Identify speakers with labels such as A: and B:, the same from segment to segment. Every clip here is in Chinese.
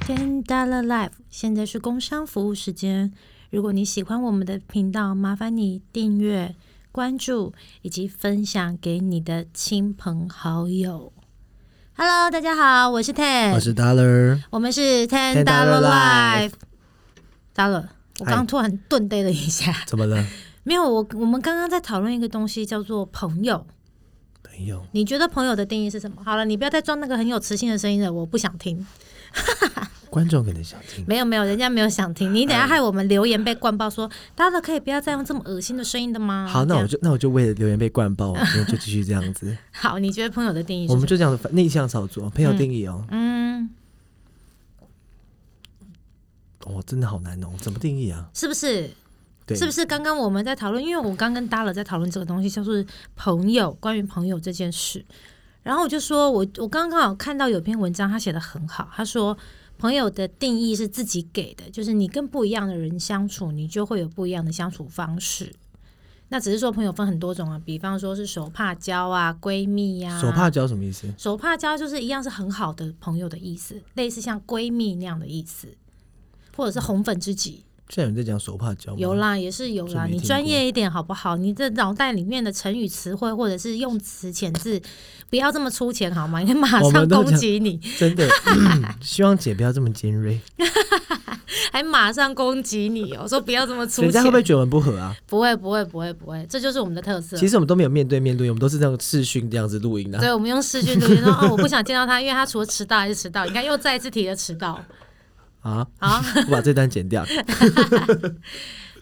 A: Ten Dollar Life，现在是工商服务时间。如果你喜欢我们的频道，麻烦你订阅、关注以及分享给你的亲朋好友。Hello，大家好，我是 Ten，
B: 我是 Dollar，
A: 我们是 Ten
B: Ten
A: Dollar
B: Dollar 哎
A: Life。Dollar，我
B: 嗨
A: 刚突然顿呆了一下，
B: 怎么了？
A: 没有我，我们刚刚在讨论一个东西，叫做朋友。
B: 没有，
A: 你觉得朋友的定义是什么？好了，你不要再装那个很有磁性的声音了，我不想听。
B: 观众可能想听。
A: 没有没有，人家没有想听。你等
B: 嗯
A: 下害我们留言被灌爆说，大家可以不要再用这么恶心的声音的吗？
B: 好，那
A: 啊这
B: 我
A: 样
B: 就那我就为了留言被灌爆，我今天就继续这样 子，
A: 好。你觉得朋友的定义是什
B: 我们
A: 么？
B: 就这样子逆向操作，朋友定义哦，
A: 嗯，
B: 哦，真的好难哦，怎么定义啊？
A: 是不是？
B: 对，
A: 是不是？刚刚我们在讨论，因为我刚跟大了在讨论这个东西，就是朋友，关于朋友这件事。然后我就说，我我刚刚好看到有篇文章，他写的很好，他说朋友的定义是自己给的，就是你跟不一样的人相处，你就会有不一样的相处方式。那只是说朋友分很多种啊，比方说是手帕交啊、闺蜜呀、
B: 手帕交什么意思？
A: 手帕交就是一样是很好的朋友的意思，类似像闺蜜那样的意思，或者是红粉知己。
B: 居然有人在讲手帕交吗？
A: 有啦，也是有
B: 是
A: 啦。
B: 嗯没
A: 你
B: 听
A: 专
B: 过
A: 业一点好不好？你这脑袋里面的成语词汇或者是用词遣字，不要这么粗浅好吗？你马
B: 我
A: 上
B: 们都
A: 攻
B: 讲
A: 击你，
B: 真的，嗯希望姐不要这么尖锐，
A: 还马上攻击你哦！说不要这么粗
B: 人家
A: 浅，
B: 会不会觉得我们不 合啊？
A: 不会不会不会不会，这就是我们的特色。
B: 其实我们都没有面对面录音，我们都是这样视讯这样子录音的。
A: 对，我们用视讯录音说哦，我不想见到他，因为他除了迟到还是迟到。你看，又再一次提了迟到。
B: 啊，
A: 好，
B: 我把这段 剪掉。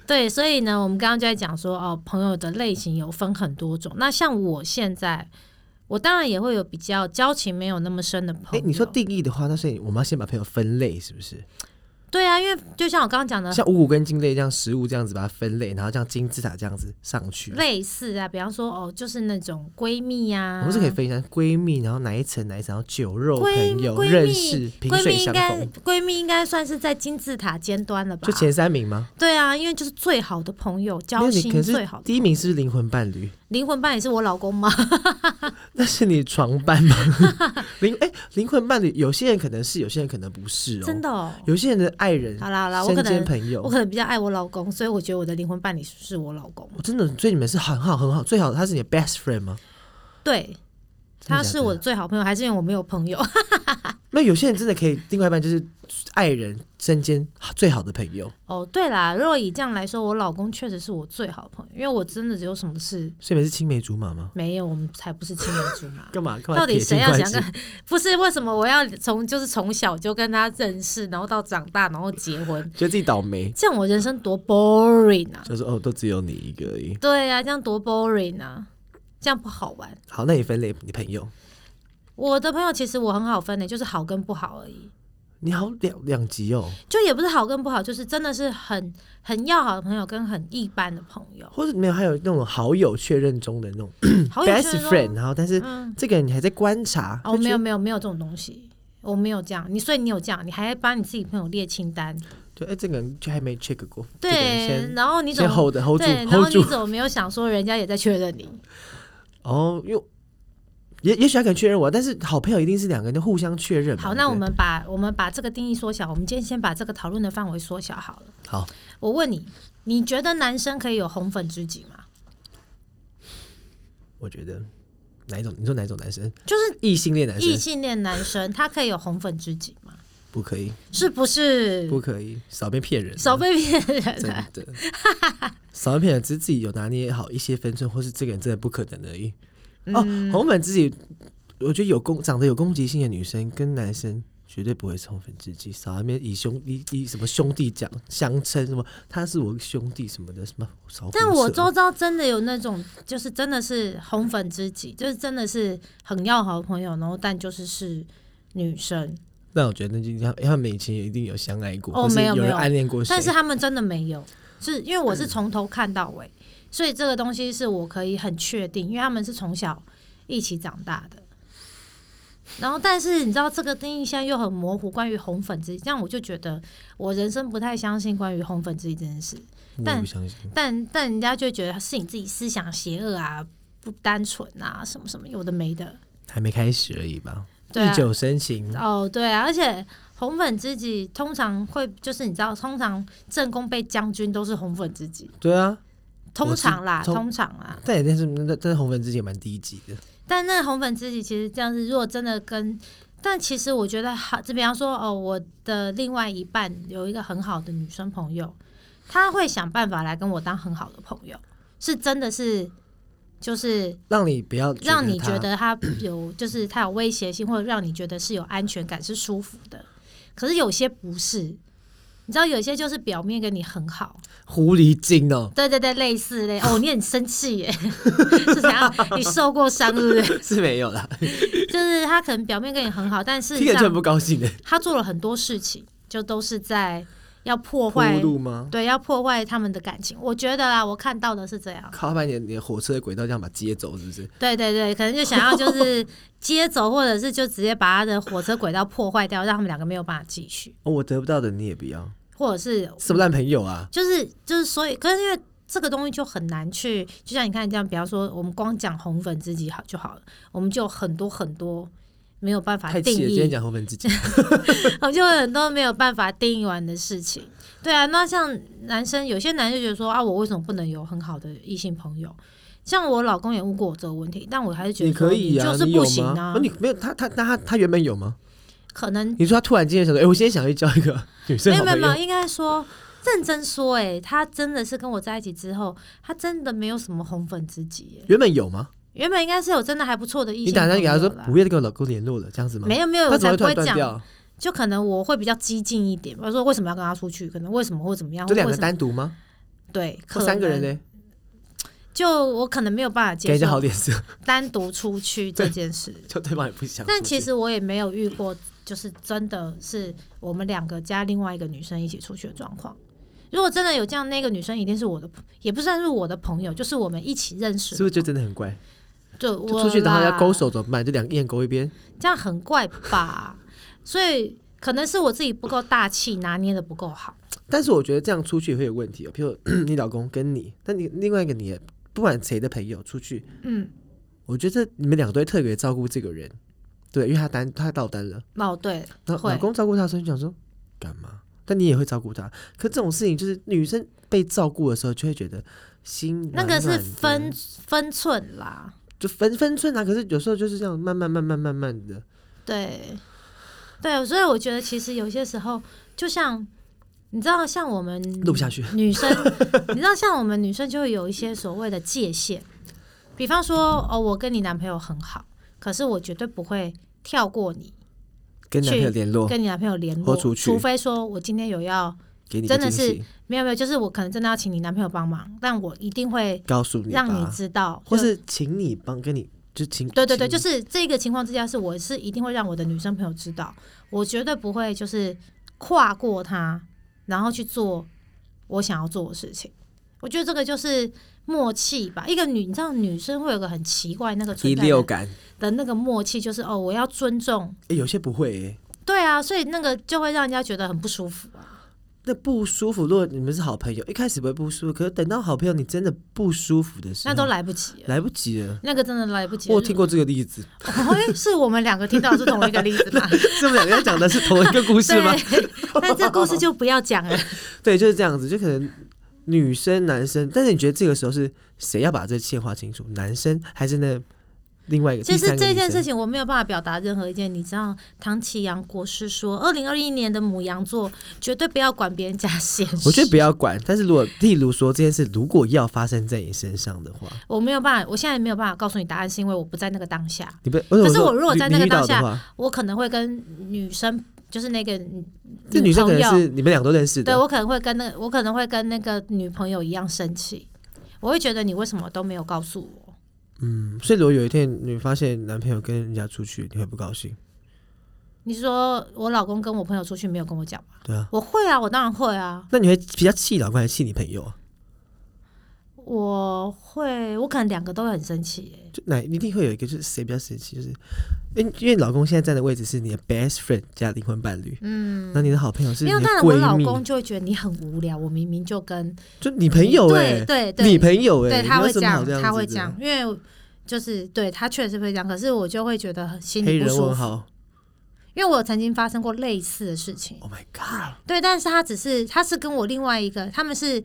A: 对，所以呢，我们刚刚就在讲说，哦，朋友的类型有分很多种。那像我现在，我当然也会有比较交情没有那么深的朋
B: 哎
A: 友。，
B: 你说定义的话，那所以我们要先把朋友分类，是不是？
A: 对啊，因为就像我刚刚讲的，
B: 像五谷跟茎类这样食物这样子把它分类，然后像金字塔这样子上去。
A: 类似啊，比方说哦，就是那种闺蜜呀、
B: 我们是可以分享闺蜜，然后哪一层哪一层，然后酒肉
A: 闺
B: 朋友
A: 闺蜜
B: 认识，萍
A: 闺
B: 水
A: 蜜应
B: 相
A: 该
B: 逢，
A: 闺蜜应该算是在金字塔尖端了吧？
B: 就前三名吗？
A: 对啊，因为就是最好的朋友，
B: 没
A: 交
B: 有，你
A: 心
B: 可
A: 最
B: 是
A: 好的
B: 第一名是灵魂伴侣，
A: 灵魂伴侣是我老公吗？
B: 那是你床 伴吗？ 灵哎，灵魂伴侣，有些人可能是，有些人可能不是哦。
A: 真，的哦，
B: 有些人的爱人、
A: 好啦好啦，我可
B: 身兼
A: 能
B: 朋友
A: 我，可能比较爱我老公，所以我觉得我的灵魂伴侣是我老公。
B: 我真的对你们是很好很好，最好的他是你的 best friend 吗？
A: 对，
B: 真的
A: 他
B: 假
A: 是
B: 的
A: 我的最好朋友，还是因为我没有朋友？
B: 那有些人真的可以，另外一半就是爱人身兼最好的朋友，
A: 哦，对啦，如果以这样来说，我老公确实是我最好的朋友，因为我真的只有什么事
B: 所以你们是青梅竹马吗？
A: 没有，我们才不是青梅竹 马。
B: 干嘛？干嘛
A: 到底
B: 撇清
A: 谁要
B: 关
A: 想
B: 系
A: 跟？ 不是为什么我要从就是从小就跟他认识，然后到长大，然后结婚，
B: 觉得自己倒霉，
A: 这样我人生多 boring 啊！
B: 就是哦，都只有你一个而已。
A: 对啊，这样多 boring 啊！这样不好玩。
B: 好，那你分类你朋友，
A: 我的朋友其实我很好分的，就是好跟不好而已，
B: 你好两两极哦，
A: 就也不是好跟不好，就是真的是很很要好的朋友跟很一般的朋友。
B: 或者没有，还有那种好友确认中的那种
A: 好有趣
B: best
A: 哦
B: friend，然后但是
A: 嗯，
B: 这个人你还在观察，
A: 哦，
B: 就觉
A: 没有
B: 得
A: 没有没有这种东西，我没有这样。你所以你有这样，你还把你自己朋友列清单，
B: 对，哎，这个人就还没 check 过，这个
A: 对，
B: 人先
A: 然后你怎
B: 先
A: 么
B: hold 着 hold 住
A: 对，然后
B: hold
A: 你
B: 住，
A: 怎么没有想说人家也在确认你？
B: 哦，因为也也许他可能确认我，但是好朋友一定是两个人就互相确认嘛。
A: 好，
B: 对
A: 那我们把我们把这个定义缩小，我们今天先把这个讨论的范围缩小好了。
B: 好，
A: 我问你，你觉得男生可以有红粉知己吗？
B: 我觉得哪一种？你说哪一种男生？
A: 就是
B: 异性恋男
A: 异
B: 生
A: 性恋男生，他可以有红粉知己吗？
B: 不可以，
A: 是不是？
B: 不可以，少被骗人啊，
A: 少被骗人
B: 真
A: 了。
B: 的，少一片人只是自己有拿捏好一些分寸，或是这个人真的不可能而已。哦，
A: 嗯
B: 红粉知己，我觉得有攻长得有攻击性的女生跟男生绝对不会是红粉知己，少一面以兄以以什么兄弟讲相称，什么他是我兄弟什么的什么少胡扯。
A: 但我周遭真的有那种，就是真的是红粉知己，就是真的是很要好的朋友，然后但就是是女生，
B: 那我觉得那就像他们以前也一定有相爱过，
A: 哦
B: 或是
A: 没有没
B: 有人
A: 有
B: 暗恋过谁，
A: 但是他们真的没有，是因为我是从头看到尾，所以这个东西是我可以很确定，因为他们是从小一起长大的。然后，但是你知道这个定义现在又很模糊，关于红粉知己，这样我就觉得我人生不太相信关于红粉知己这件事。
B: 我也
A: 但
B: 不相信。
A: 但但人家就会觉得是你自己思想邪恶啊，不单纯啊，什么什么有的没的。
B: 还没开始而已吧，
A: 对啊
B: 日久生情，
A: 哦，对啊，而且红粉知己通常会就是你知道，通常正宫被将军都是红粉知己，
B: 对啊，
A: 通常啦，
B: 通
A: 通常啦。
B: 但也但是那但是红粉知己也蛮低级的，
A: 但那红粉知己其实这样子，如果真的跟，但其实我觉得好，就比方说哦，我的另外一半有一个很好的女生朋友，她会想办法来跟我当很好的朋友，是真的是就是
B: 让你不要
A: 让你觉
B: 他
A: 得他有， 就是他有威胁性，或者让你觉得是有安全感，是舒服的。可是有些不是，你知道，有些就是表面跟你很好，
B: 狐狸精哦，
A: 对对对，类似类哦，你很生气耶， 是怎样？你受过伤是 不是？
B: 是没有啦，
A: 就是他可能表面跟你很好，但事
B: 听
A: 实
B: 着就很
A: 上
B: 不高兴欸的。
A: 他做了很多事情，就都是在要破
B: 铺
A: 坏，
B: 路吗？
A: 对，要破坏他们的感情。我觉得啊啦，我看到的是这样。
B: 靠，把你的你的火车的轨道这样把它接走，是不是？
A: 对对对，可能就想要就是 接走，或者是就直接把他的火车轨道破坏掉，让他们两个没有办法继续，
B: 哦，我得不到的你也不要，
A: 或者是
B: 什么烂朋友啊？
A: 就是就是所以，可是因为这个东西就很难去，就像你看这样，比方说我们光讲红粉知己好就好了，我们就有很多很多没有办法
B: 太
A: 定
B: 气了！今天
A: 义，
B: 讲红粉知己，
A: 我们就有很多没有办法定义完的事情。对啊，那像男生有些男生就觉得说啊，我为什么不能有很好的异性朋友？像我老公也问过我这个问题，但我还是觉得
B: 你可以
A: 说你
B: 啊，
A: 就是
B: 你
A: 不
B: 有
A: 行
B: 吗？哦你没有他他那他他原本有吗？
A: 可能
B: 你说他突然间想说，哎，我今天想去交一个女生
A: 没有
B: 好
A: 没有
B: 朋
A: 没有，
B: 友，
A: 应该说认真说、欸，他真的是跟我在一起之后，他真的没有什么红粉知己、耶。
B: 原本有吗？
A: 原本应该是有真的还不错的异
B: 你
A: 性
B: 打
A: 朋友啦，
B: 算给他说不要再跟我老公联络了，这样子吗？
A: 没有没有，
B: 他
A: 我
B: 怎么
A: 才不
B: 会突
A: 会
B: 然断
A: 讲，
B: 掉？
A: 就可能我会比较激进一点，我说为什么要跟他出去，可能为什么或怎么样，
B: 就两
A: 或
B: 个
A: 为什么
B: 单独吗？
A: 对，
B: 或
A: 可
B: 三个人
A: 能
B: 呢？
A: 就我可能没有办法
B: 给
A: 接
B: 人家好
A: 受
B: 脸色，
A: 单独出去这件事，
B: 就对方也不想出去。
A: 但其实我也没有遇过，就是真的是我们两个加另外一个女生一起出去的状况。如果真的有这样，那个女生一定是我的，也不算是我的朋友，就是我们一起认识的。
B: 是不是就真的很怪？
A: 就
B: 就
A: 我
B: 出去然后
A: 啦
B: 要勾，手怎么办？就两个一人勾一边，
A: 这样很怪吧？ 所以可能是我自己不够大气，拿捏的不够好。
B: 但是我觉得这样出去也会有问题哦。譬如 你老公跟你，但你另外一个你的，不管谁的朋友出去，
A: 嗯，
B: 我觉得你们两个都会特别照顾这个人，对，因为他单他落单了，
A: 哦，对，
B: 那
A: 会
B: 老公照顾他的时候，你想说干嘛？但你也会照顾他。可这种事情就是女生被照顾的时候，就会觉得心
A: 那
B: 软
A: 个是
B: 软的
A: 分分寸啦。
B: 就分分寸啊。可是有时候就是这样慢慢慢慢慢慢的，
A: 对，对，所以我觉得其实有些时候，就像你知道，像我们
B: 录不下去
A: 女生， 你知道，像我们女生就会有一些所谓的界限，比方说，哦，我跟你男朋友很好，可是我绝对不会跳过你，
B: 跟男朋友
A: 去
B: 联络，
A: 跟你男朋友联
B: 哦豁
A: 络，
B: 出去
A: 除非说我今天有要，
B: 给你一个
A: 真的
B: 惊
A: 是
B: 喜，
A: 没有没有，就是我可能真的要请你男朋友帮忙，但我一定会
B: 告诉你
A: 让你
B: 吧，
A: 知道，
B: 或
A: 就是
B: 请你帮跟你就请
A: 对对对，
B: 请
A: 就是这个情况之下，是我是一定会让我的女生朋友知道，我绝对不会就是跨过她，然后去做我想要做的事情。我觉得这个就是默契吧。一个女，你知道女生会有个很奇怪那个存
B: 第
A: 在
B: 六
A: 的
B: 感。
A: 的那个默契，就是哦，我要尊重。
B: 欸有些不会、欸，
A: 对啊，所以那个就会让人家觉得很不舒服啊。
B: 那不舒服。如果你们是好朋友，一开始不会不舒服，可是等到好朋友你真的不舒服的时候，
A: 那都来不及了，
B: 来不及了。
A: 那个真的来不及
B: 啊我
A: 了。
B: 有听过这个例子，
A: 哎是我们两个听到的是同一个例子吧？
B: 是我们两个人讲 的是同一个故事 吗？
A: 对，但这故事就不要讲了。
B: 对，就是这样子，就可能女生、男生，但是你觉得这个时候是谁要把这线划清楚？男生还是那另外一个？
A: 其实
B: 第三个
A: 这
B: 女
A: 件
B: 生
A: 事情我没有办法表达任何意见。你知道，唐启阳国师说，二零二一年的母羊座绝对不要管别人家闲事。
B: 我觉得不要管。但是如果例如说这件事如果要发生在你身上的话，
A: 我没有办法，我现在没有办法告诉你答案，是因为我不在那个当下。
B: 你不，
A: 可
B: 可
A: 是我如果在那个当下，
B: 你遇到的话
A: 我可能会跟女生，就是那个女
B: 这女生
A: 嗯
B: 可
A: 朋
B: 能
A: 友，
B: 是你们俩都认识
A: 对
B: 的，
A: 我可能会跟那我可能会跟那个女朋友一样生气，我会觉得你为什么都没有告诉我？
B: 嗯，所以如果有一天你发现男朋友跟人家出去，你会不高兴？
A: 你说我老公跟我朋友出去没有跟我讲吗？
B: 对啊，
A: 我会啊，我当然会啊。
B: 那你会比较气老公还是气你朋友啊？
A: 我会，我可能两个都会很生气、耶。
B: 就哪一定会有一个就是谁比较生气，就是因为因为老公现在站的位置是你的 best friend 加灵魂伴侣，嗯，那你的好朋友是你
A: 因
B: 的
A: 为当然我
B: 闺
A: 老
B: 蜜，
A: 公就会觉得你很无聊，我明明就跟
B: 就你朋友哎、
A: 嗯对对对，
B: 你朋友哎、
A: 对
B: 你
A: 他会
B: 为什么好这样，
A: 他会这样，，因为就是对他确实会这样，可是我就会觉得很心
B: 黑
A: 里不
B: 人哦
A: 舒
B: 问
A: 服，
B: 号，
A: 因因为我有曾经发生过类似的事情。
B: Oh my god！
A: 对，但是他只是他是跟我另外一个，他们是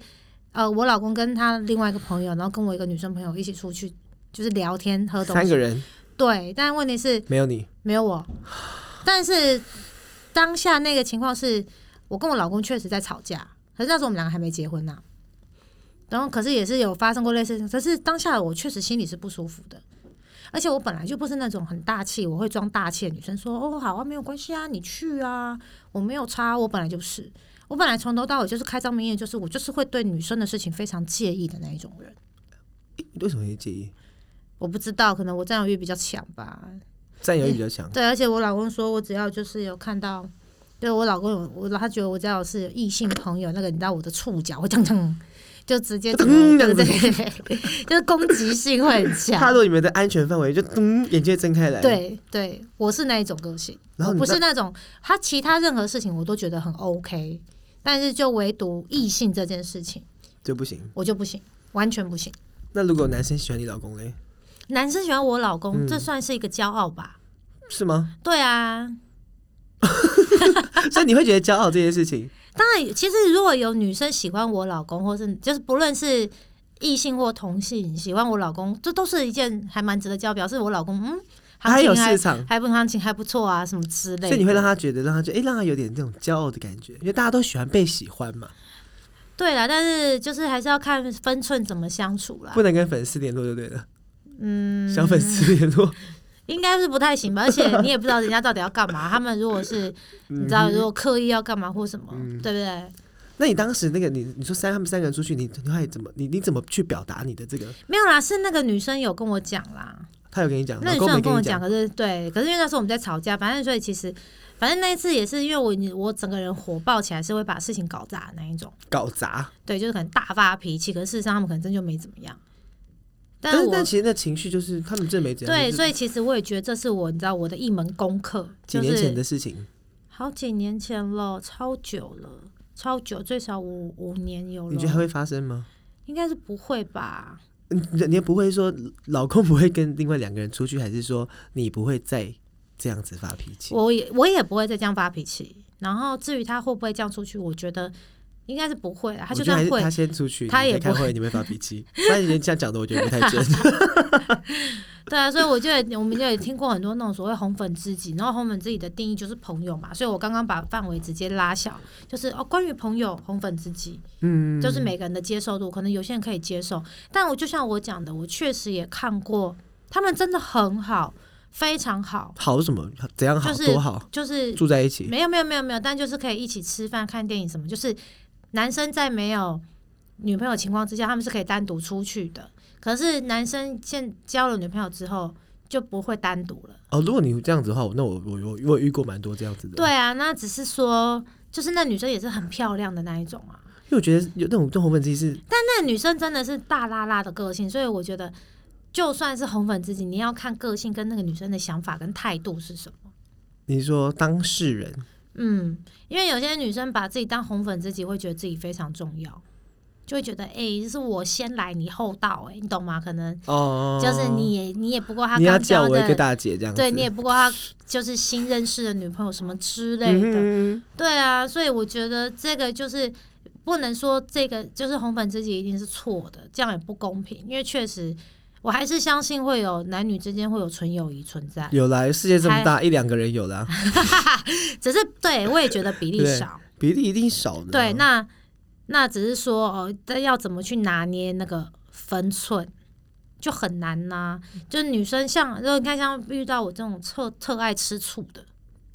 A: 呃，我老公跟他另外一个朋友，然后跟我一个女生朋友一起出去，就是聊天喝东
B: 三
A: 西。
B: 个人
A: 对，但问题是
B: 没有你，
A: 没有我，但是当下那个情况是我跟我老公确实在吵架，可是那时候我们两个还没结婚呐、然后可是也是有发生过类似的事情，可是当下我确实心里是不舒服的。而且我本来就不是那种很大气，我会装大气的女生说，哦好啊，没有关系啊，你去啊，我没有差，我本来就是，我本来从头到尾就是开张明眼，就是我就是会对女生的事情非常介意的那一种人。
B: 诶为什么会介意？
A: 我不知道，可能我占有欲比较强吧，
B: 占有欲比 较强，
A: 对，而且我老公说，我只要就是有看到，对我老公有我，他觉得我只要是有异性朋友，那个你知道我的触角会噔噔，就直接整
B: 噔
A: 个对
B: 这
A: 对对，就是攻击性会很
B: 踏
A: 强。
B: 入你们的安全范围，就咚，眼睛睁开来。，
A: 啊对对，我是那一种个性，
B: 然后
A: 我
B: 你
A: 不是那种他其他任何事情我都觉得很 OK，但是就唯独异性这件事情
B: 就不行。
A: 我就不行，完全不行。
B: 那如果男生喜欢你老公嘞，
A: 男生喜欢我老公，
B: 嗯
A: 这算是一个骄傲吧？
B: 是吗？
A: 对啊，
B: 所以你会觉得骄傲这件事情，
A: 当然，其实如果有女生喜欢我老公，或是就是不论是异性或同性喜欢我老公，这都是一件还蛮值得骄傲，表示我老公嗯，行
B: 还有
A: 情
B: 市
A: 还
B: 场，
A: 还不行情还不错啊，什么之类的。
B: 所以你会让他觉得，让他觉得，哎、让他有点这种骄傲的感觉，因为大家都喜欢被喜欢嘛，
A: 对啦，但是就是还是要看分寸怎么相处啦
B: 不，能跟粉丝联络就对了。嗯，小粉丝联络，
A: 应该是不太行吧。而且你也不知道人家到底要干嘛，他们如果 是你知道如果刻意要干嘛或什么，对不对？
B: 那你当时那个你你说三他们三个人出去，你你还怎么你你怎么去表达你的这个？
A: 没有啦，是那个女生有跟我讲啦。
B: 他有跟你讲，
A: 那
B: 老
A: 女
B: 呃公
A: 生有
B: 没
A: 跟我
B: 你
A: 讲，可
B: 讲，
A: 是对，可是因为那时候我们在吵架，反正所以其实，反正那一次也是因为我已经我整个人火爆起来，是会把事情搞砸的那一种。
B: 搞砸。
A: 对，就是可能大发脾气，可是事实上他们可能真就没怎么样。但
B: 但
A: 是
B: 是
A: 我
B: 但其实那情绪就是他们真的没怎样。
A: 对，
B: 就是
A: 所以其实我也觉得这是我你知道我的一门功课，
B: 几
A: 就
B: 年前
A: 是
B: 的事情，
A: 好几年前了，超久了，超久，最少五五年有
B: 你觉得还
A: 了，
B: 会发生吗？
A: 应该是不会吧？
B: 你你你也不会说老公不会跟另外两个人出去，还是说你不会再这样子发脾气？
A: 我也我也不会再这样发脾气。然后至于他会不会这样出去，我觉得应该是不会啦。他
B: 我
A: 就
B: 觉得
A: 算
B: 还是
A: 会，
B: 他先出去，
A: 他
B: 你
A: 也
B: 再
A: 不
B: 开会，你会发脾气。 他以前这样讲的，我觉得不太 准。
A: 对啊，所以我就也我们就也听过很多那种所谓红粉知己，然后红粉知己的定义就是朋友嘛，所以我刚刚把范围直接拉小，就是哦，关于朋友红粉知己，
B: 嗯，
A: 就是每个人的接受度，可能有些人可以接受，但我就像我讲的，我确实也看过，他们真的很好，非常好，
B: 好什么？怎样好？
A: 就是
B: 多好？
A: 就是
B: 住在一起，
A: 没有没有没有没有，但就是可以一起吃饭、看电影什么，就是男生在没有女朋友情况之下，他们是可以单独出去的，可是男生现交了女朋友之后就不会单独了。
B: 哦，如果你这样子的话，我那我我我我有遇过蛮多这样子的。，
A: 对啊，那只是说，就是那女生也是很漂亮的那一种啊。
B: 因为我觉得有那种这种红粉知己是
A: 那女生真的是大拉拉的个性，所以我觉得，就算是红粉知己，你要看个性跟那个女生的想法跟态度是什么。
B: 你说当事人，
A: 嗯，因为有些女生把自己当红粉知己，会觉得自己非常重要，就会觉得哎、诶是我先来你后到、诶哎，你懂吗？可能
B: 哦，
A: 就是你也你也不过他
B: 你要
A: 刚
B: 叫
A: 交
B: 我一个
A: 的，
B: 大姐这样子，
A: 对你也不过他就是新认识的女朋友什么之类
B: 嗯
A: 的。
B: 哼
A: 对啊，所以我觉得这个就是不能说这个就是红粉知己一定是错的，这样也不公平，因为确实我还是相信会有男女之间会有纯友谊存在，
B: 有啦，世界这么大，一两个人 有啦，
A: 只是对我也觉得比例
B: 对
A: 少，
B: 比例一定少的。
A: 对，那那只是说哦，但要怎么去拿捏那个分寸。就很难呐、就是女生像，如果你看像遇到我这种特特爱吃醋的，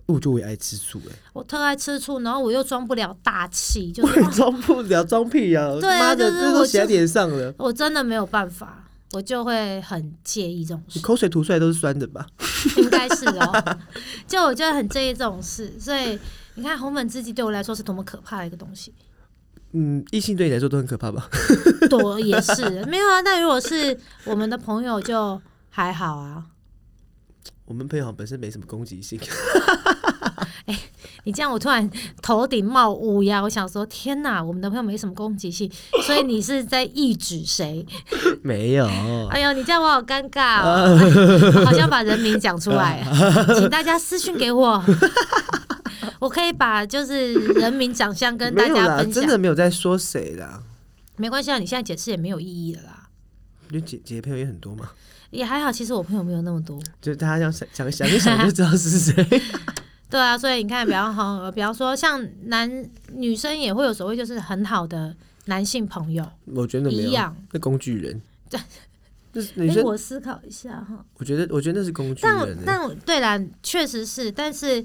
B: 我就我也爱吃醋哎、
A: 我特爱吃醋，然后我又装不了大气，就
B: 我
A: 是、
B: 也装不了装屁呀、
A: 对啊
B: 妈的，
A: 就是
B: 这
A: 我
B: 都
A: 就
B: 写在脸上了。
A: 我真的没有办法，我就会很介意这种
B: 你
A: 事，
B: 口水吐出来都是酸的吧？
A: 应该是哦。就我就很介意这种事，所以你看红粉知己对我来说是多么可怕的一个东西。
B: 嗯，异性对你来说都很可怕吧？
A: 多也是没有啊，那如果是我们的朋友就还好啊。
B: 我们朋友好像本身没什么攻击性，
A: 你这样我突然头顶冒乌 鸦，我想说天哪，我们的朋友没什么攻击性，所以你是在意指谁？
B: 没有，
A: 哎呦，你这样我好尴尬、哦， 我好像把人名讲出来，啊 请大家私信给我，我可以把就是人名、长相跟大
B: 没有
A: 家
B: 啦，
A: 分享
B: 真。的没有在说谁啦。
A: 没关系啊，你现在解释也没有意义了啦，
B: 就姐姐朋友也很多嘛，
A: 也还好。其实我朋友没有那么多，
B: 就大家想想想想一想就知道是谁。
A: 对啊，所以你看，比方好，比方说像男女生也会有所谓，就是很好的男性朋友
B: 我觉得没
A: 一
B: 有，
A: 样。
B: 那工具 人。那是女
A: 哎，
B: 生，
A: 我思考一下哈，
B: 我觉得我觉得那是工具
A: 但
B: 人欸。
A: 但我对啦，确实是，但是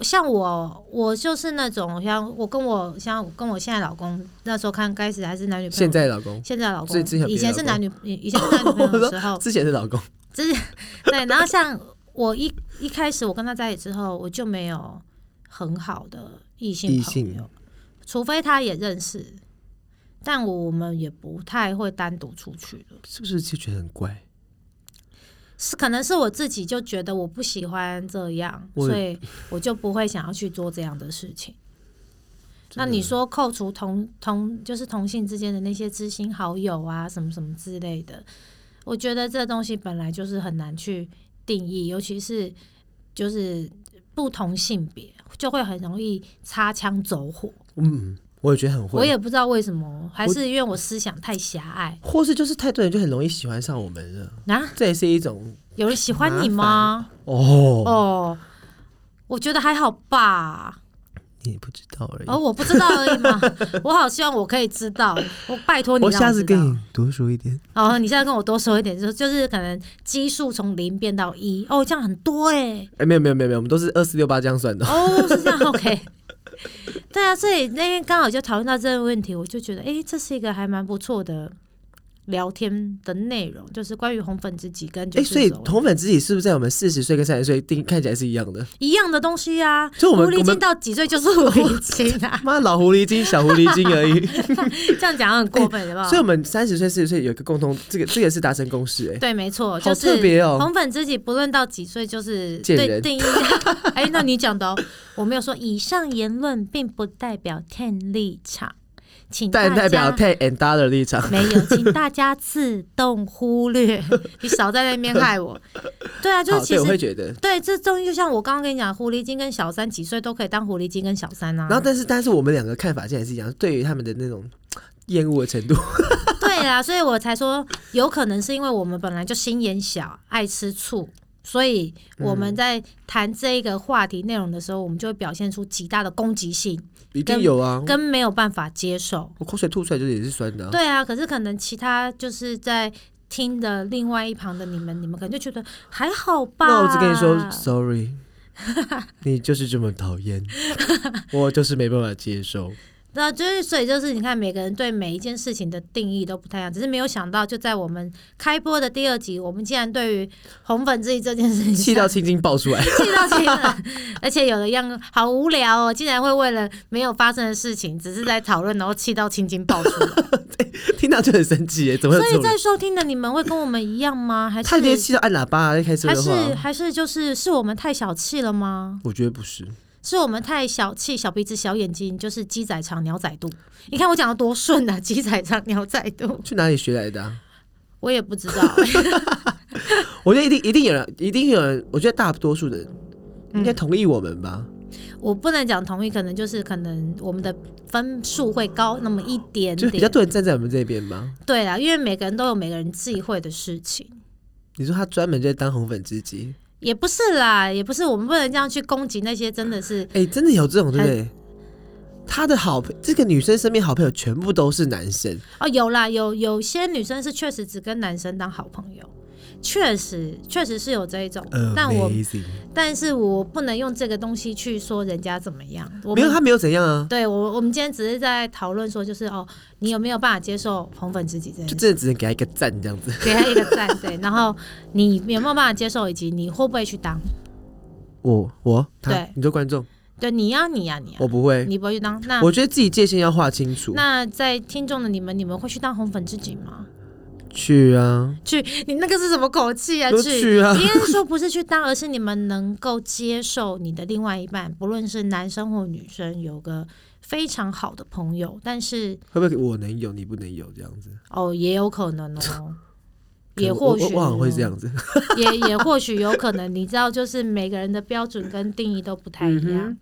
A: 像我，我就是那种像我跟我像我跟我现在老公那时候看开始还是男女朋友，
B: 现在老公，
A: 现在老
B: 最之前
A: 公，以前是
B: 比老
A: 男女，以前是男女朋友的 时候，
B: 之前是老公，
A: 对，然后像我一一开始我跟他在一起之后，我就没有很好的异性
B: 异
A: 朋
B: 性
A: 友，除非他也认识，但我们也不太会单独出去的。
B: 是不是就觉得很怪？
A: 是可能是我自己就觉得我不喜欢这样，
B: 我
A: 所以我就不会想要去做这样的事情。
B: 真
A: 那
B: 的
A: 你说扣除同同就是同性之间的那些知心好友啊，什么什么之类的，我觉得这东西本来就是很难去定义，尤其是就是不同性别就会很容易擦枪走火。
B: 嗯，我也觉得很会。
A: 我也不知道为什么，还是因为我思想太狭隘
B: 或是就是太多人就很容易喜欢上我们了，
A: 啊？
B: 这也是一种
A: 有人喜欢你
B: 麻
A: 吗？
B: 哦，
A: 哦，我觉得还好吧。
B: 你不知道而已。
A: 哦，我不知道而已嘛，我好希望我可以知道，我拜托你
B: 我
A: 让我
B: 下
A: 知
B: 次
A: 道
B: 跟。你多说一点，
A: 哦，你现在跟我多说一点，就是就是可能基数从零变到一，哦，这样很多哎、
B: 哎、没有没有没有没有，我们都是二四六八这样算的。
A: 哦，是这样，OK。对啊，所以那天刚好就讨论到这个问题，我就觉得，哎、这是一个还蛮不错的聊天的内容，就是关于红粉知己跟
B: 哎、
A: 就是哦
B: 所以
A: 所谓
B: 同粉知己是不是在我们四十岁跟三十岁定看起来是一样的？
A: 一样的东西啊，
B: 所以我们
A: 狐
B: 我
A: 狸精
B: 们
A: 到几岁就是狐狸精啊，
B: 妈老狐狸精、小狐狸精 而已。
A: 这样讲很过分，好不好？
B: 所以我们三十岁、四十岁有一个共同，这个这个是达成共识、哎，
A: 对，没错，
B: 好
A: 就是
B: 特别哦
A: 红粉知己不论到几岁，就是
B: 贱
A: 对
B: 人
A: 定义。哎，那你讲的、哦，我没有说以上言论并不代表 Ten 立场，请大
B: 但
A: 家
B: 代表 Ten and d a 的立场。
A: 没有，请大家自动忽略。 你少在那边害我。对啊，就
B: 好，
A: 是其
B: 对，我会
A: 实。
B: 觉得。
A: 对，这东西就像我刚刚跟你讲，狐狸精跟小三几岁都可以当狐狸精跟小三啊。
B: 然后，但是但是我们两个看法竟然是一样，对于他们的那种厌恶的程度，
A: 对啊，所以我才说，有可能是因为我们本来就心眼小，爱吃醋，所以我
B: 嗯
A: 们在谈这个话题内容的时候，我们就会表现出极大的攻击性，
B: 一定有啊。
A: 跟没有办法接受。
B: 我口水吐出来就是也是酸的啊、
A: 对啊，可是可能其他就是在听的另外一旁的你们，你们可能就觉得还好吧。
B: 那我只跟你说，sorry，你就是这么讨厌，我就是没办法接受。
A: 那就是，所以就是你看，每个人对每一件事情的定义都不太一样，只是没有想到，就在我们开播的第二集，我们竟然对于红粉知己这件事情
B: 气到青筋爆出来，
A: 气到气了， 而且有的样好无聊哦，竟然会为了没有发生的事情，只是在讨论，然后气到青筋爆出 来。
B: 听到就很生气耶，怎么会
A: 所
B: 有这
A: 以
B: 种人？
A: 在收听的你们会跟我们一样吗？还
B: 他直接
A: 是
B: 气到按喇叭、在开车
A: 还
B: 的
A: 是
B: 话，
A: 还是就是是我们太小气了吗？
B: 我觉得不是。
A: 是我们太小气，小鼻子小眼睛，就是鸡仔肠鸟仔肚。你看我讲的多顺啊，鸡仔肠鸟仔肚，
B: 去哪里学来的、啊？
A: 我也不知道、
B: 我觉得一定一定有人，一定有人。我觉得大多数的人应该同意我们吧。
A: 我不能讲同意，可能就是可能我们的分数会高那么一点
B: 就是比较
A: 点。
B: 多人站在我们这边吧。
A: 对啦，因为每个人都有每个人忌讳的事情。
B: 你说他专门在当红粉知己，
A: 也不是啦，也不是，我们不能这样去攻击那些真的是
B: 哎、真的有这种对不对？他的好，这个女生身边好朋友全部都是男生，
A: 哦，有啦，有有些女生是确实只跟男生当好朋友，确实确实是有这一种，
B: 呃
A: 但我
B: Amazing
A: 但是我不能用这个东西去说人家怎么样，我
B: 没有
A: 们
B: 他没有怎样啊，
A: 对我我们今天只是在讨论说，就是哦，你有没有办法接受红粉知己这件
B: 就
A: 事？
B: 真的只能给他一个赞这样子。
A: 给他一个赞，对，然后你有没有办法接受，以及你会不会去当？
B: 我我他
A: 对，
B: 你做观众，
A: 对，你呀、你呀、你呀、
B: 我不会，
A: 你不会去当？那
B: 我觉得自己界限要划清楚。
A: 那在听众的你们，你们会去当红粉知己吗？
B: 去啊，
A: 去，你那个是什么口气啊？
B: 都
A: 去，
B: 去啊
A: 应，该是说不是去当，而是你们能够接受你的另外一半，不论是男生或女生，有个非常好的朋友，但是
B: 会不会我能有你不能有这样子？
A: 哦，也有可能
B: ，
A: 哦
B: 可
A: 也
B: 能
A: 或
B: 我
A: 许
B: 我我好像会这
A: 哦
B: 样子，
A: 也也或许有可能，你知道，就是每个人的标准跟定义都不太一样。
B: 嗯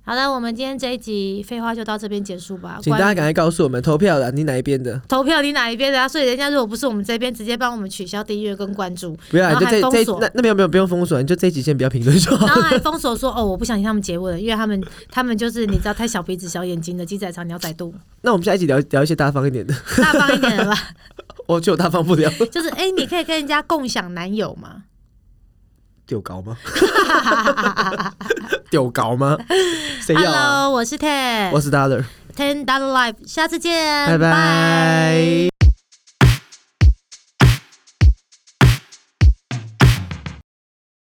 A: 好了，我们今天这一集废话就到这边结束吧。
B: 请大
A: 啊关
B: 家
A: 于
B: 赶快告诉我们投票了，你哪一边的？
A: 投票你哪一边的、啊？所以人家如果不是我们这边，直接帮我们取消订阅跟关注，
B: 不要，
A: 然
B: 你
A: 后
B: 就
A: 还
B: 这
A: 封
B: 这
A: 锁
B: 那那没有没有不用封锁，你就这一集先不要评论 就好
A: 然。后还封锁说哦，我不想听他们节目了，因为他们他们就是你知道太小鼻子小眼睛的鸡仔肠鸟仔肚，
B: 那我们下一集聊聊一些大方一点的，
A: 大方一点的吧。
B: 我就大方不了，
A: 就是哎、你可以跟人家共享男友嘛？
B: 丢高吗？ 丢高吗？谁要啊？
A: Hello，我是
B: 我
A: Ten
B: 是 Dollar，
A: Ten Dollar Life，下次见，
B: 拜拜。